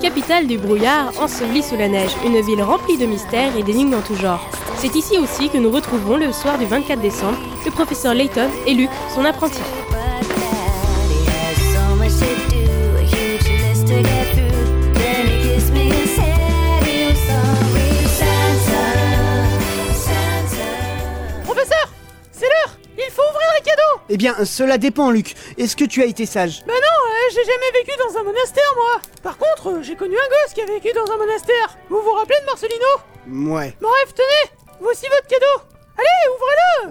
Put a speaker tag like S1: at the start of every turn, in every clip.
S1: capitale du brouillard, ensevelie sous la neige, une ville remplie de mystères et d'énigmes en tout genre. C'est ici aussi que nous retrouverons le soir du 24 décembre le professeur Layton et Luc, son apprenti.
S2: Professeur, c'est l'heure Il faut ouvrir les cadeaux
S3: Eh bien, cela dépend, Luc. Est-ce que tu as été sage
S2: Bah non, euh, j'ai jamais vécu dans un monastère, moi Par contre, euh, j'ai connu un gosse qui a vécu dans un monastère Vous vous rappelez de Marcelino
S3: Mouais.
S2: Bref, tenez Voici votre cadeau Allez,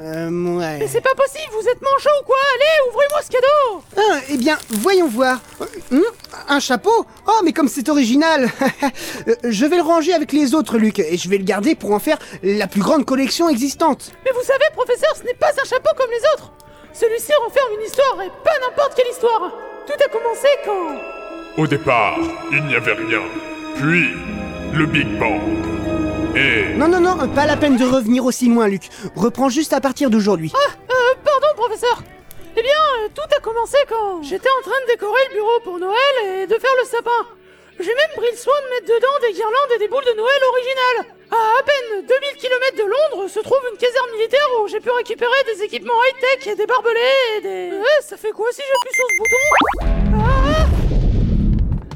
S2: ouvrez-le
S3: Euh, mouais.
S2: Mais c'est pas possible, vous êtes manchot ou quoi Allez, ouvrez-moi ce cadeau
S3: Ah, eh bien, voyons voir. Euh, hmm, un chapeau Oh, mais comme c'est original Euh, Je vais le ranger avec les autres, Luc, et je vais le garder pour en faire la plus grande collection existante.
S2: Mais vous savez, professeur, ce n'est pas un chapeau comme les autres Celui-ci renferme une histoire, et pas n'importe quelle histoire Tout a commencé quand...
S4: Au départ, il n'y avait rien. Puis, le Big Bang. Et...
S3: Non, non, non, euh, pas la peine de revenir aussi loin, Luc. Reprends juste à partir d'aujourd'hui.
S2: Euh, pardon, professeur Eh bien, euh, tout a commencé quand j'étais en train de décorer le bureau pour Noël et de faire le sapin. J'ai même pris le soin de mettre dedans des guirlandes et des boules de Noël originales. À à peine 2000 km de Londres se trouve une caserne militaire où j'ai pu récupérer des équipements high-tech et des barbelés et des... Euh, ça fait quoi si j'appuie sur ce bouton Ah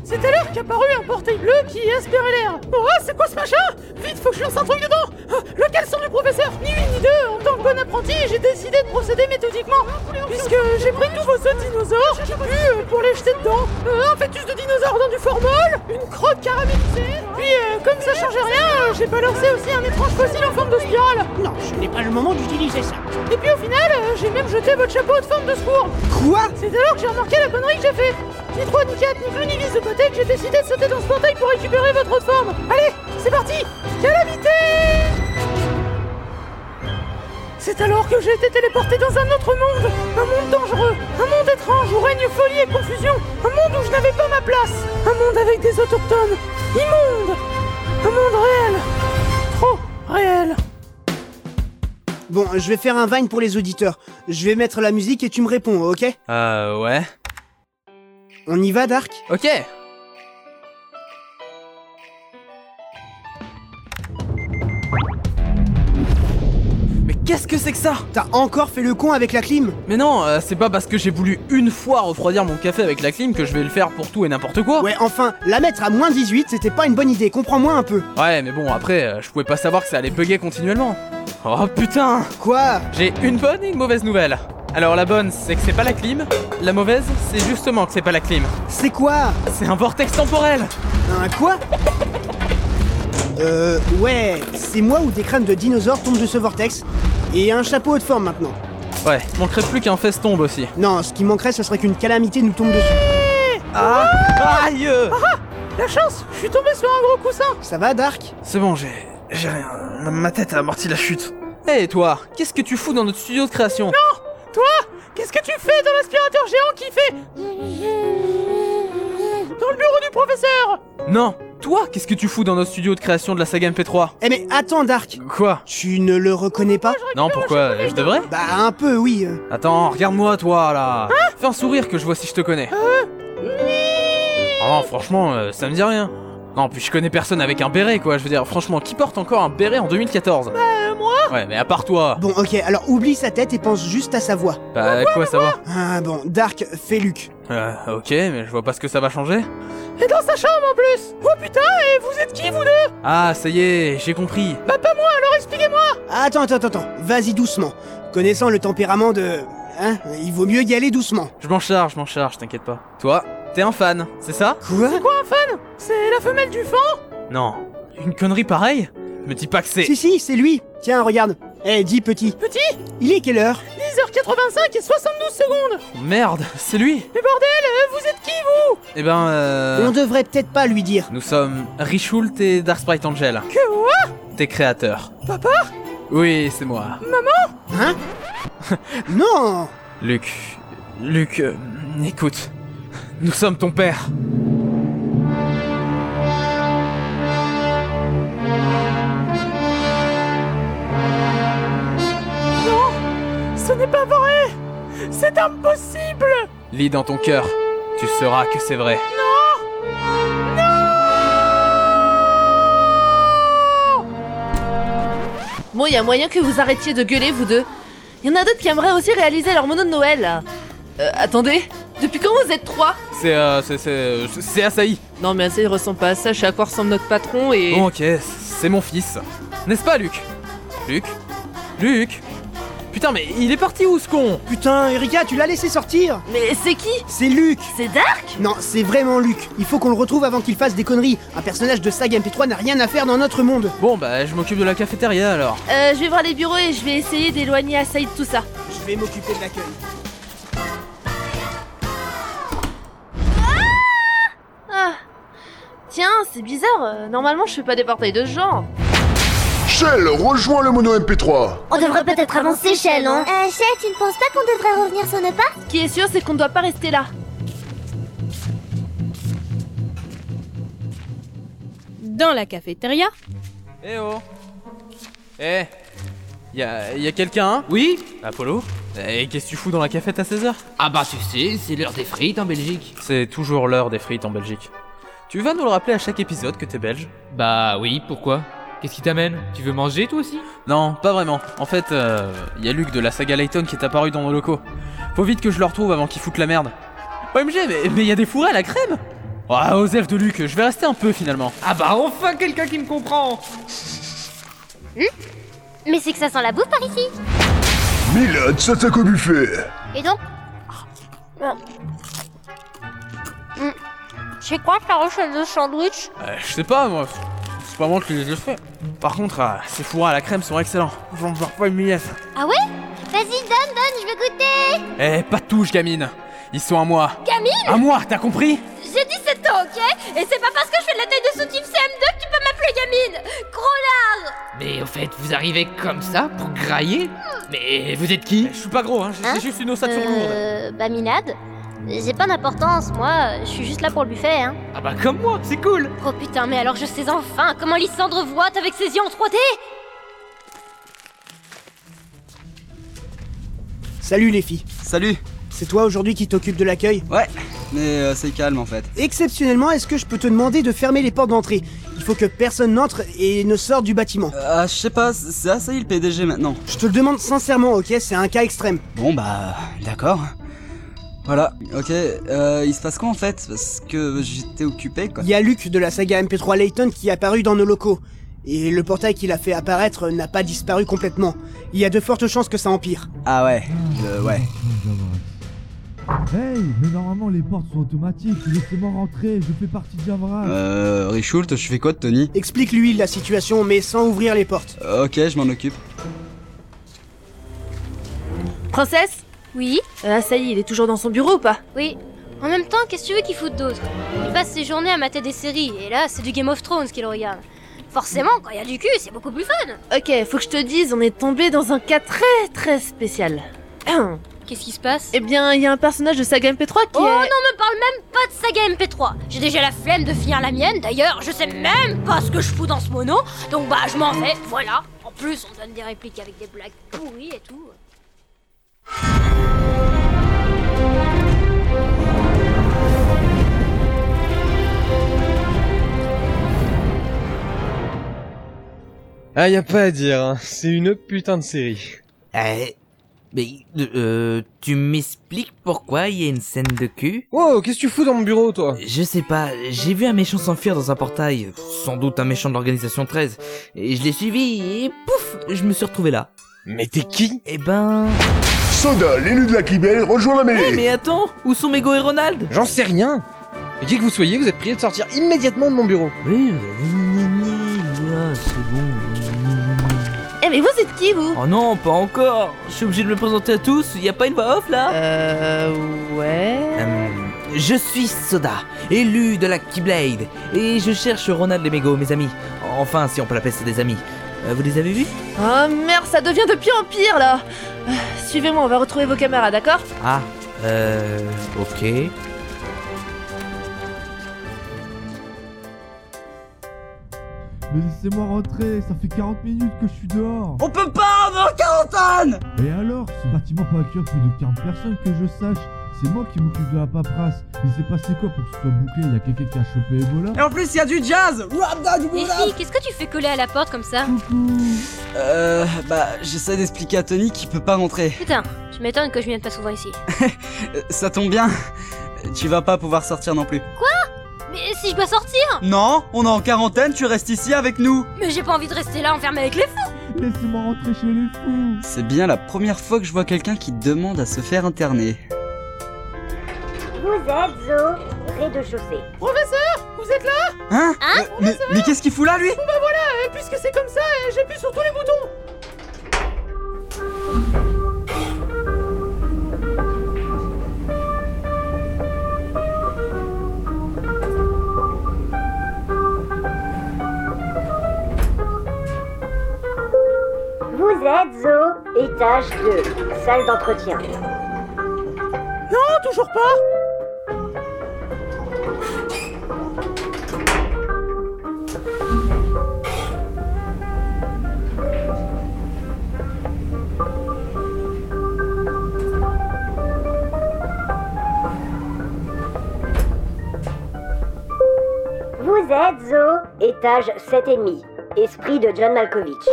S2: C'est à l'heure qu'apparut un portail bleu qui aspirait l'air. Oh, c'est quoi ce machin Vite, faut que je lance un truc dedans Ah, Le caleçon du professeur Ni une ni deux, en tant que bon apprenti, j'ai décidé de procéder méthodiquement. Puisque j'ai pris tous vos œufs de dinosaures qui puent euh, pour les jeter dedans. Euh, un fœtus de dinosaure dans du formol, une crotte caramélisée. Puis, euh, comme ça changeait rien, euh, j'ai balancé aussi un étrange fossile en forme de spirale.
S3: Non, ce n'est pas le moment d'utiliser ça.
S2: Et puis au final, euh, j'ai même jeté votre chapeau de forme de secours.
S3: Quoi
S2: C'est alors que j'ai remarqué la connerie que j'ai fait Ni 3, ni 4, ni 2, ni 10 de côté que j'ai décidé de sauter dans ce portail pour récupérer votre autre forme Allez, c'est parti Calamité C'est alors que j'ai été téléporté dans un autre monde Un monde dangereux Un monde étrange où règne folie et confusion Un monde où je n'avais pas ma place Un monde avec des autochtones Immonde Un monde réel Trop réel
S3: Bon, je vais faire un vine pour les auditeurs. Je vais mettre la musique et tu me réponds, ok
S5: Euh, ouais.
S3: On y va, Dark
S5: Ok. Mais qu'est-ce que c'est que ça
S3: T'as encore fait le con avec la clim
S5: Mais non, euh, c'est pas parce que j'ai voulu une fois refroidir mon café avec la clim que je vais le faire pour tout et n'importe quoi.
S3: Ouais, enfin, la mettre à moins 18, c'était pas une bonne idée, comprends-moi un peu.
S5: Ouais, mais bon, après, euh, je pouvais pas savoir que ça allait bugger continuellement. Oh putain
S3: Quoi
S5: J'ai une bonne et une mauvaise nouvelle. Alors la bonne, c'est que c'est pas la clim. La mauvaise, c'est justement que c'est pas la clim.
S3: C'est quoi
S5: C'est un vortex temporel
S3: Un quoi Euh, ouais, c'est moi ou des crânes de dinosaures tombent de ce vortex. Et un chapeau haute forme maintenant.
S5: Ouais, manquerait plus qu'un fesse tombe aussi.
S3: Non, ce qui manquerait, ce serait qu'une calamité nous tombe dessus.
S5: Ah Aïe
S2: La chance Je suis tombé sur un gros coussin
S3: Ça va, Dark
S5: C'est bon, j'ai... j'ai rien. Ma tête a amorti la chute. Hé Eh, toi, qu'est-ce que tu fous dans notre studio de création
S2: Toi, qu'est-ce que tu fais dans l'aspirateur géant qui fait dans le bureau du professeur
S5: Non Toi, qu'est-ce que tu fous dans notre studio de création de la saga MP3
S3: Eh mais attends, Dark
S5: Quoi
S3: Tu ne le reconnais pas
S5: Non, pourquoi euh, Je devrais
S3: Bah un peu, oui. euh.
S5: Attends, regarde-moi, toi, là
S2: Hein
S5: Fais un sourire que je vois si je te connais.
S2: Euh,
S5: Ah non, franchement, euh, ça me dit rien. Non, puis je connais personne avec un béret, quoi. Je veux dire, franchement, qui porte encore un béret en 2014
S2: Euh, moi
S5: Ouais, mais à part toi.
S3: Bon, ok, alors oublie sa tête et pense juste à sa voix.
S5: Bah, quoi, ça va
S3: Ah bon, Dark, fais Luc.
S5: Euh, ok, mais je vois pas ce que ça va changer.
S2: Et dans sa chambre en plus Oh putain, et vous êtes qui vous deux
S5: Ah, ça y est, j'ai compris.
S2: Bah pas moi, alors expliquez-moi
S3: Attends, attends, attends, attends, vas-y doucement. Connaissant le tempérament de... Hein Il vaut mieux y aller doucement.
S5: Je m'en charge, je m'en charge, t'inquiète pas. Toi, t'es un fan, c'est ça
S3: Quoi
S2: C'est quoi un fan C'est la femelle du fan
S5: Non. Une connerie pareille Me dis pas que c'est...
S3: Si, si, c'est lui. Tiens, regarde. Eh, dis petit,
S2: Petit
S3: il est quelle heure
S2: 10h85 et 72 secondes
S5: Merde, c'est lui
S2: Mais bordel, euh, vous êtes qui vous
S5: Eh ben, euh...
S3: On devrait peut-être pas lui dire.
S5: Nous sommes Richoult et Dark Sprite Angel,
S2: Que quoi
S5: tes créateurs.
S2: Papa
S5: Oui, c'est moi.
S3: Hein Non
S5: Luc... Luc, euh, écoute. Nous sommes ton père.
S2: Ce n'est pas vrai C'est impossible
S5: Lis dans ton cœur. Tu sauras que c'est vrai.
S2: Non
S6: Bon, il y a moyen que vous arrêtiez de gueuler, vous deux. Il y en a d'autres qui aimeraient aussi réaliser leur mono de Noël. Euh, attendez, depuis quand vous êtes trois
S5: C'est euh, c'est- c'est euh, c'est Asahi.
S6: Non, mais ça, il ressemble pas à ça. Je sais à quoi ressemble notre patron et.
S5: Bon, ok, c'est mon fils. N'est-ce pas, Luc Luc Luc Putain, mais il est parti où, ce con
S3: Putain, Erika, tu l'as laissé sortir
S6: Mais c'est qui
S3: C'est Luc
S6: C'est Dark
S3: Non, c'est vraiment Luc. Il faut qu'on le retrouve avant qu'il fasse des conneries. Un personnage de saga MP3 n'a rien à faire dans notre monde.
S5: Bon, bah, je m'occupe de la cafétéria, alors.
S6: Euh, je vais voir les bureaux et je vais essayer d'éloigner Assaï de tout ça.
S3: Je vais m'occuper de l'accueil.
S6: Ah. Tiens, c'est bizarre. euh, Normalement, je fais pas des portails de ce genre.
S7: Shell, rejoins le mono MP3.
S8: On devrait peut-être avancer, Shell, hein Euh, Shell, tu ne penses pas qu'on devrait revenir sur nos pas
S6: Ce qui est sûr, c'est qu'on ne doit pas rester là.
S1: Dans la cafétéria,
S5: Eh oh Eh y a, y a quelqu'un hein Oui Apollo Et qu'est-ce que tu fous dans la cafette à 16h
S9: Ah bah tu sais, c'est l'heure des frites en Belgique.
S5: C'est toujours l'heure des frites en Belgique. Tu vas nous le rappeler à chaque épisode que t'es belge
S9: Bah oui, pourquoi Qu'est-ce qui t'amène Tu veux manger toi aussi
S5: Non, pas vraiment. En fait, euh, y a Luc de la saga Layton qui est apparu dans nos locaux. Faut vite que je le retrouve avant qu'il foute la merde. OMG, mais, mais y a des fourrés à la crème Ah, aux elfes de Luc, je vais rester un peu finalement.
S9: Ah bah enfin quelqu'un qui me comprend
S8: Mais c'est que ça sent la bouffe par ici
S7: Milad s'attaque au buffet.
S8: Et donc
S6: Ah.
S8: Hum. C'est quoi ta rochelle de sandwich
S5: Euh, je sais pas, moi. C'est pas moi qui les ai faits. Par contre, euh, ces fourrés à la crème sont excellents. J'en veux pas une miette.
S8: Ah ouais Vas-y, donne, donne, je veux goûter
S5: Eh, pas de touche, gamine Ils sont à moi
S8: Camille
S5: À moi, t'as compris
S8: J'ai 17 ans, ok Et c'est pas parce que je fais de la taille de soutif CM2 que tu peux m'appeler gamine Gros
S9: Mais au fait, vous arrivez comme ça pour grailler Mais vous êtes qui
S5: Je suis pas gros, hein, j'ai j'ai juste une ossature lourde.
S8: Euh, bah Minade, j'ai pas d'importance, moi, je suis juste là pour le buffet, hein
S9: Ah bah comme moi, c'est cool
S8: Oh putain, mais alors je sais enfin comment Lysandre voit avec ses yeux en 3D
S3: Salut les filles.
S10: Salut
S3: C'est toi aujourd'hui qui t'occupe de l'accueil
S10: Ouais Mais euh, c'est calme en fait.
S3: Exceptionnellement, est-ce que je peux te demander de fermer les portes d'entrée Il faut que personne n'entre et ne sorte du bâtiment.
S10: Euh, Ah, je sais pas, c'est assez le PDG maintenant.
S3: Je te le demande sincèrement, ok C'est un cas extrême.
S10: Bon bah, d'accord. Voilà, ok, euh, il se passe quoi en fait Parce que j'étais occupé quoi.
S3: Il y a Luc de la saga MP3 Layton qui est apparu dans nos locaux. Et le portail qu'il a fait apparaître n'a pas disparu complètement. Il y a de fortes chances que ça empire.
S10: Ah ouais, euh, ouais.
S11: Hey, mais normalement les portes sont automatiques, laissez-moi rentrer, je fais partie de Javra.
S10: Euh, Richoult, je fais quoi de Tony
S3: Explique-lui la situation, mais sans ouvrir les portes.
S10: Euh, Ok, je m'en occupe.
S6: Princesse
S8: Oui
S6: euh, Assaï, il est toujours dans son bureau ou pas
S8: Oui. En même temps, qu'est-ce que tu veux qu'il foute d'autre Il passe ses journées à mater des séries, et là, c'est du Game of Thrones qu'il regarde. Forcément, quand il y a du cul, c'est beaucoup plus fun
S6: Ok, faut que je te dise, on est tombé dans un cas très très spécial. Ahem.
S8: Qu'est-ce qui se passe
S2: ben,
S6: eh bien, il y a un personnage de Saga MP3 qui est...
S8: Oh non, me parle même pas de saga MP3 J'ai déjà la flemme de finir la mienne, d'ailleurs, je sais même pas ce que je fous dans ce mono, donc bah, je m'en vais, voilà En plus, on donne des répliques avec des blagues pourries et tout...
S12: Ah, y a pas à dire, hein. c'est une putain de série.
S9: Euh... Mais... Euh... Tu m'expliques pourquoi il y a une scène de cul
S12: Wow, qu'est-ce que tu fous dans mon bureau, toi
S9: Je sais pas, j'ai vu un méchant s'enfuir dans un portail, sans doute un méchant de l'organisation 13, et je l'ai suivi et pouf, je me suis retrouvé là.
S12: Mais t'es qui
S9: Eh ben...
S7: Soda, l'élu de la Kibel, rejoins la mêlée.
S9: mais attends, où sont Mego et Ronald
S12: J'en sais rien Mais qui que vous soyez, vous êtes prié de sortir immédiatement de mon bureau.
S9: Oui, c'est bon.
S6: Eh mais vous êtes qui, vous
S9: Oh non, pas encore Je suis obligé de me présenter à tous, y a pas une voix off là Euh,
S6: Euh... Ouais...
S9: Je suis Soda, élu de la Keyblade, et je cherche Ronald et Mego, mes amis. Enfin, si on peut l'appeler ça des amis. Euh, vous les avez vus
S6: Oh merde, ça devient de pire en pire, là Euh, Suivez-moi, on va retrouver vos camarades, d'accord
S9: Ah, euh. Ok.
S11: Mais laissez-moi rentrer, ça fait 40 minutes que je suis dehors.
S10: On peut pas avoir quarantaine
S11: Et alors, ce bâtiment peut accueillir plus de 40 personnes que je sache. C'est moi qui m'occupe de la paperasse. Il s'est passé quoi pour que ce soit bouclé Il y a quelqu'un qui a chopé Ebola
S10: Et en plus, il y a du jazz
S8: Les filles, qu'est-ce que tu fais coller à la porte comme ça
S10: Euh, bah, j'essaie d'expliquer à Tony qu'il peut pas rentrer.
S8: Putain, tu m'étonnes que je vienne pas souvent ici.
S10: Euh, Ça tombe bien, tu vas pas pouvoir sortir non plus.
S8: Quoi Mais si je dois sortir
S10: Non, on est en quarantaine, tu restes ici avec nous.
S8: Mais j'ai pas envie de rester là enfermé avec les fous
S11: Laissez-moi rentrer chez les fous
S10: C'est bien la première fois que je vois quelqu'un qui demande à se faire interner.
S13: Vous êtes au rez-de-chaussée.
S2: Professeur, vous êtes là
S10: Hein, Euh, Mais, mais qu'est-ce qu'il fout là, lui
S2: Bon bah voilà, euh, puisque c'est comme ça, euh, j'appuie sur tous les boutons
S13: Vous êtes au étage 2, salle d'entretien.
S2: Non, toujours pas
S13: Vous êtes au étage 7,5, esprit de John Malkovich.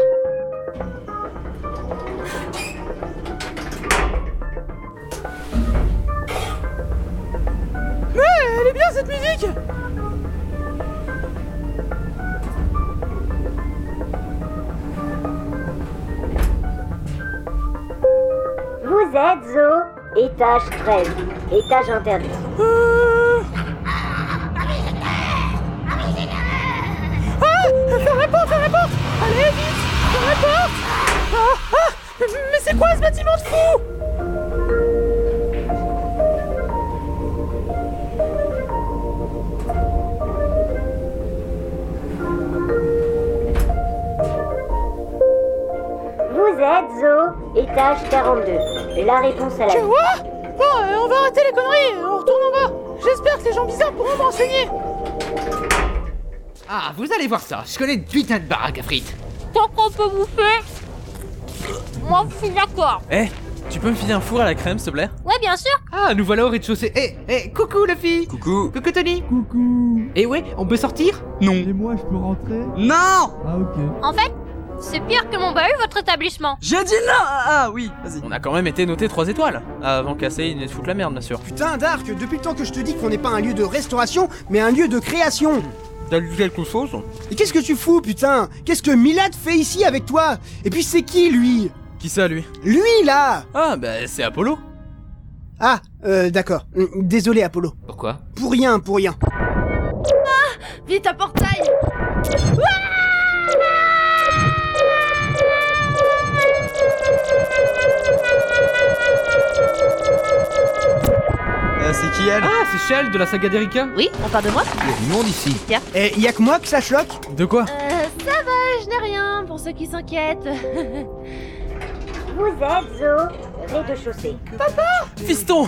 S2: Mais elle est bien cette musique
S13: Vous êtes au étage 13, étage interdit.
S2: Euh. Ah Ferme la porte, ferme la porte Allez, vite Ferme la porte Ah, ah Mais, mais c'est quoi ce bâtiment de fou
S13: Vous êtes au étage 42. La réponse à la.
S2: Quoi Bon, euh, on va arrêter les conneries, on retourne en bas J'espère que les gens bizarres pourront m'enseigner
S14: Ah, vous allez voir ça, je connais une putain de baraque à frites.
S8: Tant qu'on peut bouffer, moi je suis d'accord.
S5: Eh, tu peux me filer un four à la crème, s'il te plaît
S8: Ouais, bien sûr
S14: Ah, nous voilà au rez-de-chaussée. Eh, eh, coucou la fille
S10: Coucou
S14: Coucou Tony Coucou Eh ouais, on peut sortir
S10: Non
S11: Et moi, je peux rentrer
S10: Non
S11: Ah, ok.
S8: En fait, c'est pire que mon bahut, votre établissement.
S10: J'ai dit non Ah oui, vas-y.
S5: On a quand même été noté 3 étoiles. Avant qu'Assay ne foute la merde, bien sûr.
S3: Putain, Dark, depuis le temps que je te dis qu'on n'est pas un lieu de restauration, mais un lieu de création
S14: T'as lu quelque chose
S3: Et qu'est-ce que tu fous, putain Qu'est-ce que Milad fait ici avec toi Et puis c'est qui, lui
S5: Qui ça, lui
S3: Lui, là
S5: Ah, bah c'est Apollo.
S3: Ah, euh, d'accord. Hum, Désolé, Apollo.
S14: Pourquoi
S3: Pour rien, pour rien.
S6: Vite, un portail
S10: Euh, c'est qui elle
S14: Ah, c'est Shell de la saga d'Erika
S6: Oui, on parle de moi
S9: Il y a du monde ici.
S6: Tiens.
S3: Eh, y a que moi que ça choque
S5: De quoi
S6: Euh, ça va, je n'ai rien, pour ceux qui s'inquiètent.
S13: Vous êtes au rez-de-chaussée.
S5: Fiston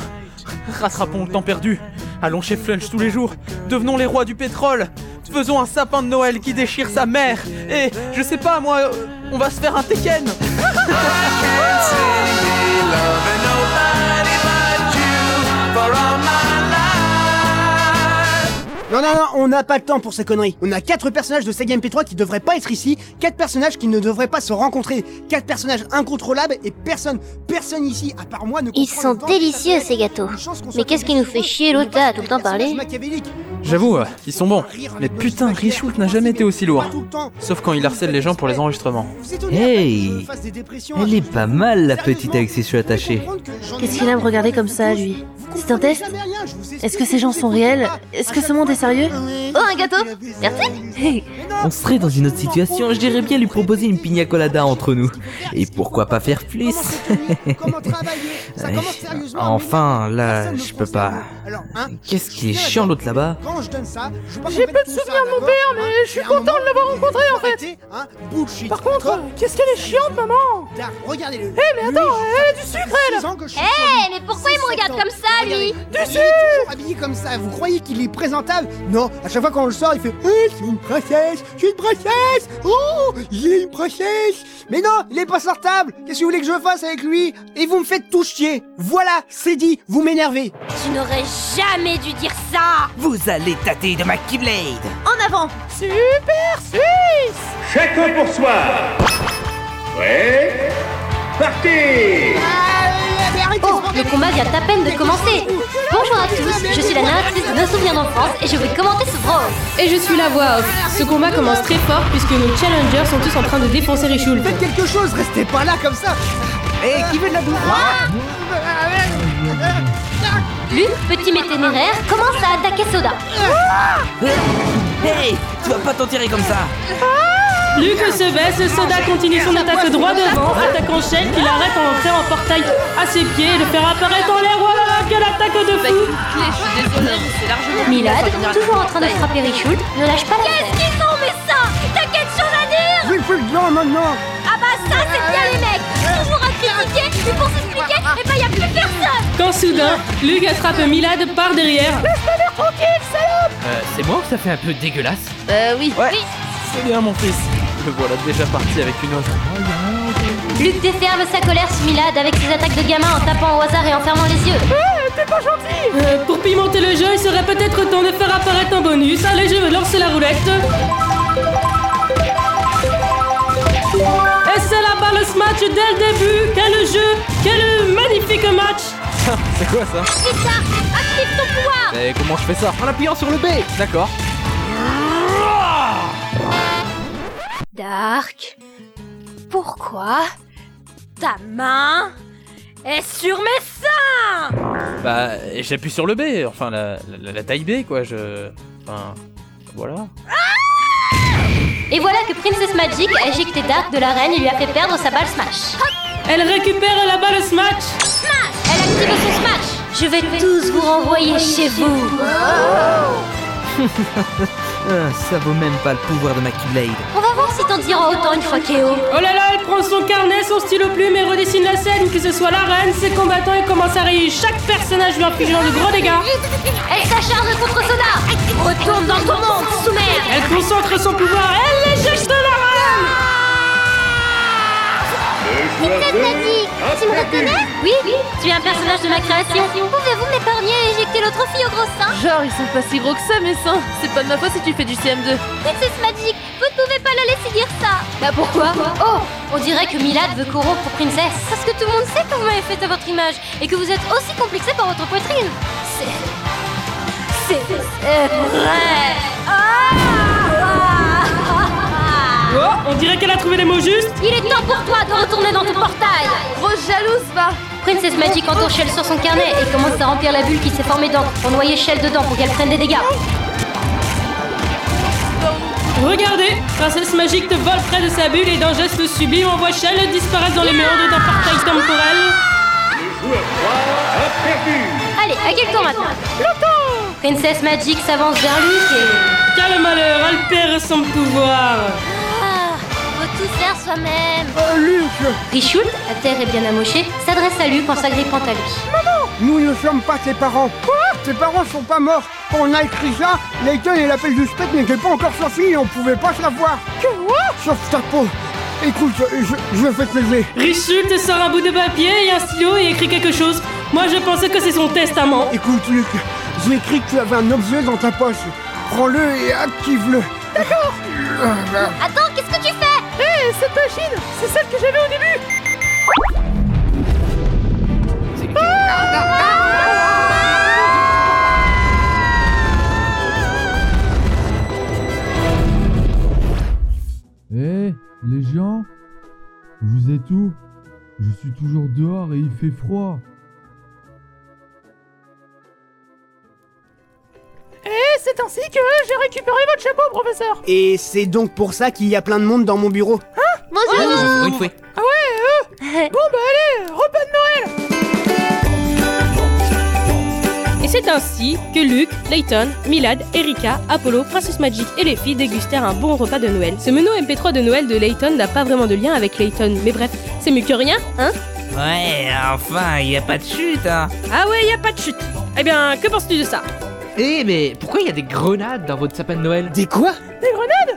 S5: Rattrapons le temps perdu. Allons chez Flunch tous les jours. Devenons les rois du pétrole. Faisons un sapin de Noël qui déchire sa mère. Et, je sais pas, moi, euh, on va se faire un Tekken.
S3: Non, non, non, on n'a pas le temps pour ces conneries. On a quatre personnages de Sega MP3 qui devraient pas être ici, quatre personnages qui ne devraient pas se rencontrer, quatre personnages incontrôlables et personne, personne ici, à part moi, ne
S13: Ils
S3: comprend
S13: sont
S3: le temps que ça
S13: délicieux,
S3: fait.
S13: ces gâteaux.
S3: Une chance qu'on
S13: Mais
S3: soit
S13: qu'est-ce qui
S3: tombé
S13: nous fait
S3: sur eux,
S13: chier,
S3: une
S13: l'autre,
S3: vaste
S13: à tout le temps
S3: personnage
S13: parler
S3: machiavélique.
S5: J'avoue, euh, ils sont bons. Mais putain, Richoult n'a jamais été aussi lourd. Sauf quand il harcèle les gens pour les enregistrements.
S3: Vous étonnez après que je
S9: Hey
S3: fasse des dépressions
S9: Elle est pas mal la petite avec ses cheveux attachés.
S6: Qu'est-ce qu'il a à me regarder comme ça, lui C'est un test Est-ce que ces gens sont réels Est-ce que ce monde est sérieux Oh, un gâteau Merci
S9: On serait dans une autre situation, je dirais bien lui proposer une pina colada entre nous. Et pourquoi pas faire plus Enfin, là, je peux pas.
S3: hein,
S9: Qu'est-ce qui est chiant l'autre là-bas
S3: Quand je donne ça, je
S2: J'ai peu de souvenirs de mon père, mais je suis content de l'avoir rencontré en fait
S3: hein, fait
S2: Par contre, euh, qu'est-ce qu'elle est chiante, maman
S3: Regardez-le
S2: Eh, mais attends, elle a du sucre, elle
S8: Eh, mais pourquoi ils me regardent comme ça
S3: lui Il est toujours habillé comme ça, vous croyez qu'il est présentable Non, à chaque fois qu'on le sort, il fait Eh, c'est une princesse C'est une princesse Oh Il est une princesse Mais non, il est pas sortable Qu'est-ce que vous voulez que je fasse avec lui Et vous me faites tout chier Voilà, c'est dit, vous m'énervez
S8: Tu n'aurais jamais dû dire ça
S15: Vous allez tâter de ma Keyblade
S16: En avant
S17: Super Suisse
S18: Chacun pour soi Ouais Parti
S8: Oh, le combat vient à peine de commencer Bonjour à tous, je suis la narratrice de Nos Souvenirs d'enfance et je vais commenter ce brawl
S2: Et je suis la voix off. Ce combat commence très fort puisque nos challengers sont tous en train de défoncer Richul. Faites
S3: quelque chose, restez pas là comme ça
S2: Et Eh, qui veut de la bouffe
S8: Luc, petit méténéraire, commence à attaquer Soda
S15: Hey Tu vas pas t'en tirer comme ça
S2: Luc se baisse, Soda continue son attaque droit devant, attaquant Shell qui l'arrête en entrant en portail à ses pieds et le faire apparaître en l'air. Voilà, quelle attaque de fou
S8: Milad, toujours en train de frapper Richult, ne lâche pas la Qu'est-ce qu'ils ont, mais ça T'as quelque chose à dire
S3: Oui, Ah, non, non, non
S8: Ah bah ça, c'est bien les mecs Toujours à critiquer, mais pour s'expliquer, et bah y a plus personne
S2: Quand soudain, Luc attrape Milad par derrière.
S8: Laisse-le tranquille, salope
S19: Euh, c'est moi ou ça fait un peu dégueulasse
S16: Euh, oui.
S8: Oui.
S5: C'est bien, mon fils. Le voilà déjà parti avec une autre.
S8: Luc déferme sa colère sur Milad avec ses attaques de gamin en tapant au hasard et en fermant les yeux.
S17: T'es pas gentil
S2: Euh, pour pimenter le jeu, il serait peut-être temps de faire apparaître un bonus. Allez, je vais lancer la roulette. Et c'est là-bas le match dès le début. Quel jeu, quel magnifique match.
S5: c'est quoi ça
S8: Vite ça Active ton pouvoir
S5: Mais comment je fais ça En appuyant sur le B D'accord.
S8: Dark, pourquoi ta main est sur mes seins
S5: Bah, j'appuie sur le B, enfin la, la, la taille B, quoi. Je. Enfin. Voilà.
S8: Et voilà que Princess Magic a éjecté Dark de l'arène et lui a fait perdre sa balle Smash.
S2: Elle récupère la balle Smash.
S8: Elle active son Smash Je vais tous vous renvoyer chez vous
S15: Ah, Ça vaut même pas le pouvoir de ma Keyblade.
S8: On va voir si t'en diras autant une fois Kéo.
S2: Oh là là, elle prend son carnet, son stylo plume et redessine la scène, que ce soit la reine, ses combattants et commence à rayer chaque personnage lui infligeant de gros dégâts.
S8: Elle s'acharne contre Soda Retourne dans ton monde, sous-mer
S2: Elle concentre son pouvoir, elle les jette de la
S8: Princess Magic Tu me reconnais Oui, tu es un personnage de ma création. Pouvez-vous m'épargner et éjecter l'autre fille au gros sein
S16: Genre, ils sont pas si gros que ça, mes seins C'est pas de ma faute si tu fais du CM2.
S8: Princess Magic, vous ne pouvez pas la laisser dire ça Bah pourquoi Oh On dirait que Milad veut corrompre pour Princess. Parce que tout le monde sait que vous m'avez fait à votre image et que vous êtes aussi complexé par votre poitrine. C'est... C'est... C'est vrai Ah
S2: reine. Oh, on dirait qu'elle a trouvé les mots justes.
S8: Il est temps pour toi de retourner dans ton portail
S16: Grosse jalouse, va
S8: Princess Magic entoure Shell sur son carnet et commence à remplir la bulle qui s'est formée d'encre pour noyer Shell dedans pour qu'elle prenne des dégâts.
S2: Regardez, Princesse Magique te vole près de sa bulle et d'un geste sublime envoie Shell disparaître dans les méandres d'un portail temporel.
S8: Allez, à quel tour maintenant Princess Magic s'avance vers Luc et...
S2: Quel malheur, elle perd son pouvoir.
S8: Ah, faut tout faire soi-même
S3: Oh, Luc
S8: Richoult, à terre et bien amoché, s'adresse à Luc en s'agrippant à lui.
S3: Nous ne sommes pas tes parents Quoi Tes parents sont pas morts On a écrit ça, Layton et l'appel du spectre n'étaient pas encore sortis et on pouvait pas savoir Quoi Sauf ta peau Écoute, je, je, je vais te lever
S2: Richoult sort un bout de papier et un stylo et écrit quelque chose. Moi, je pensais que c'est son testament.
S3: Écoute, Luc, j'ai écrit que tu avais un objet dans ta poche. Prends-le et active-le. D'accord
S8: Attends, qu'est-ce que tu fais
S17: Hé, cette machine, c'est celle que j'avais au début
S20: Eh, les gens Vous êtes où Je suis toujours dehors et il fait froid.
S17: Et Eh, c'est ainsi que j'ai récupéré votre chapeau, professeur
S3: Et c'est donc pour ça qu'il y a plein de monde dans mon bureau.
S16: Bonjour
S15: Une fouet.
S17: Ah ouais, euh Bon bah allez, repas de Noël
S2: Et c'est ainsi que Luc, Layton, Milad, Erika, Apollo, Princess Magic et les filles dégustèrent un bon repas de Noël. Ce menu MP3 de Noël de Layton n'a pas vraiment de lien avec Layton, mais bref, c'est mieux que rien, hein
S21: Ouais, enfin, y a pas de chute, hein
S22: Ah ouais, y a pas de chute. Eh bien, que penses-tu de ça
S23: Eh, mais pourquoi il y a des grenades dans votre sapin de Noël
S21: Des quoi
S2: Des grenades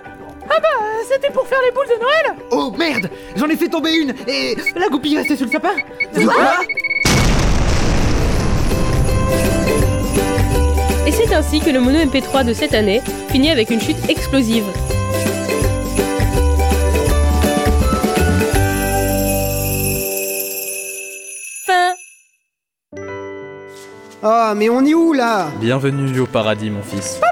S2: Ah bah, euh, c'était pour faire les boules de Noël
S23: Oh merde J'en ai fait tomber une et la goupille restait sur le sapin
S22: Et c'est ainsi que le mono MP3 de cette année finit avec une chute explosive. Fin.
S3: Ah, mais on est où là
S5: Bienvenue au paradis, mon fils.
S2: Ah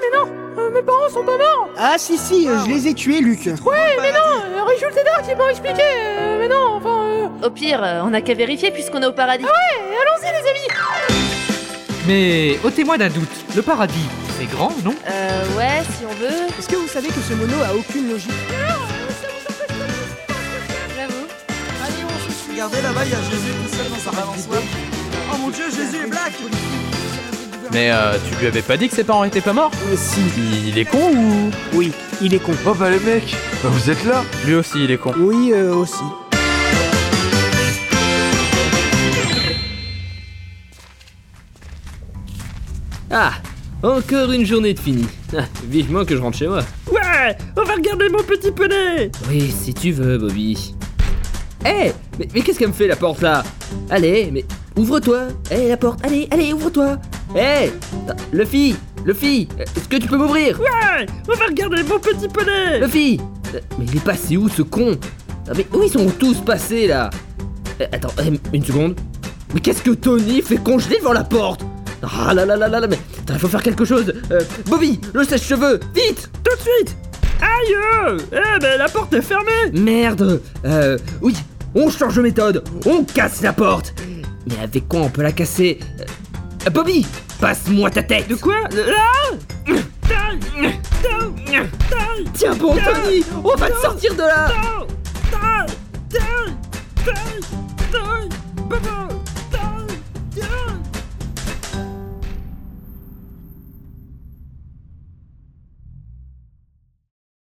S2: mais non euh, Mes parents sont pas morts
S3: Ah si si, euh, je les ai tués, Luc.
S2: Ouais, mais non euh, Richou le Tédard qui m'a expliqué euh, Mais non, enfin... euh,
S6: Au pire, euh, on n'a qu'à vérifier puisqu'on est au paradis.
S2: eh, Allons-y les amis
S23: Mais ôtez-moi d'un doute, le paradis, c'est grand, non
S6: Euh, ouais, si on veut.
S3: Est-ce que vous savez que ce mono a aucune logique
S6: J'avoue.
S2: Regardez là-bas, il y a Jésus tout seul dans sa balançoire. Oh mon dieu, Jésus est black
S5: Mais euh, tu lui avais pas dit que ses parents étaient pas morts
S23: Euh,
S3: Si.
S5: Il est con ou
S3: Oui, il est con.
S24: Oh bah les mecs, bah vous êtes là
S5: Lui aussi, il est con.
S3: Oui, euh, aussi.
S9: Ah, encore une journée de fini. Ah, vivement que je rentre chez moi.
S2: Ouais On va regarder mon petit poney
S9: Oui, si tu veux, Bobby. Hé mais, mais qu'est-ce qu'elle me fait la porte là Allez, mais ouvre-toi Hé la porte, allez, allez, ouvre-toi Eh, Hé Le fille Le fille Est-ce que tu peux m'ouvrir
S2: Ouais On va regarder mon petit poney
S9: Le fille Euh, Mais il est passé où ce con Ah, Mais où ils sont tous passés là Euh, Attends, euh, une seconde. Mais qu'est-ce que Tony fait congeler devant la porte Ah là là là là là, mais Attends, il faut faire quelque chose Euh, Bobby, le sèche-cheveux, vite
S2: Tout de suite Aïe euh, Eh ben la porte est fermée
S9: Merde Euh, oui, on change de méthode, on casse la porte Mais avec quoi on peut la casser Euh, Bobby, passe-moi ta tête De
S2: Quoi Là
S9: Tiens bon, Tony, on va
S2: Oh.
S9: te sortir de là
S2: Bye-bye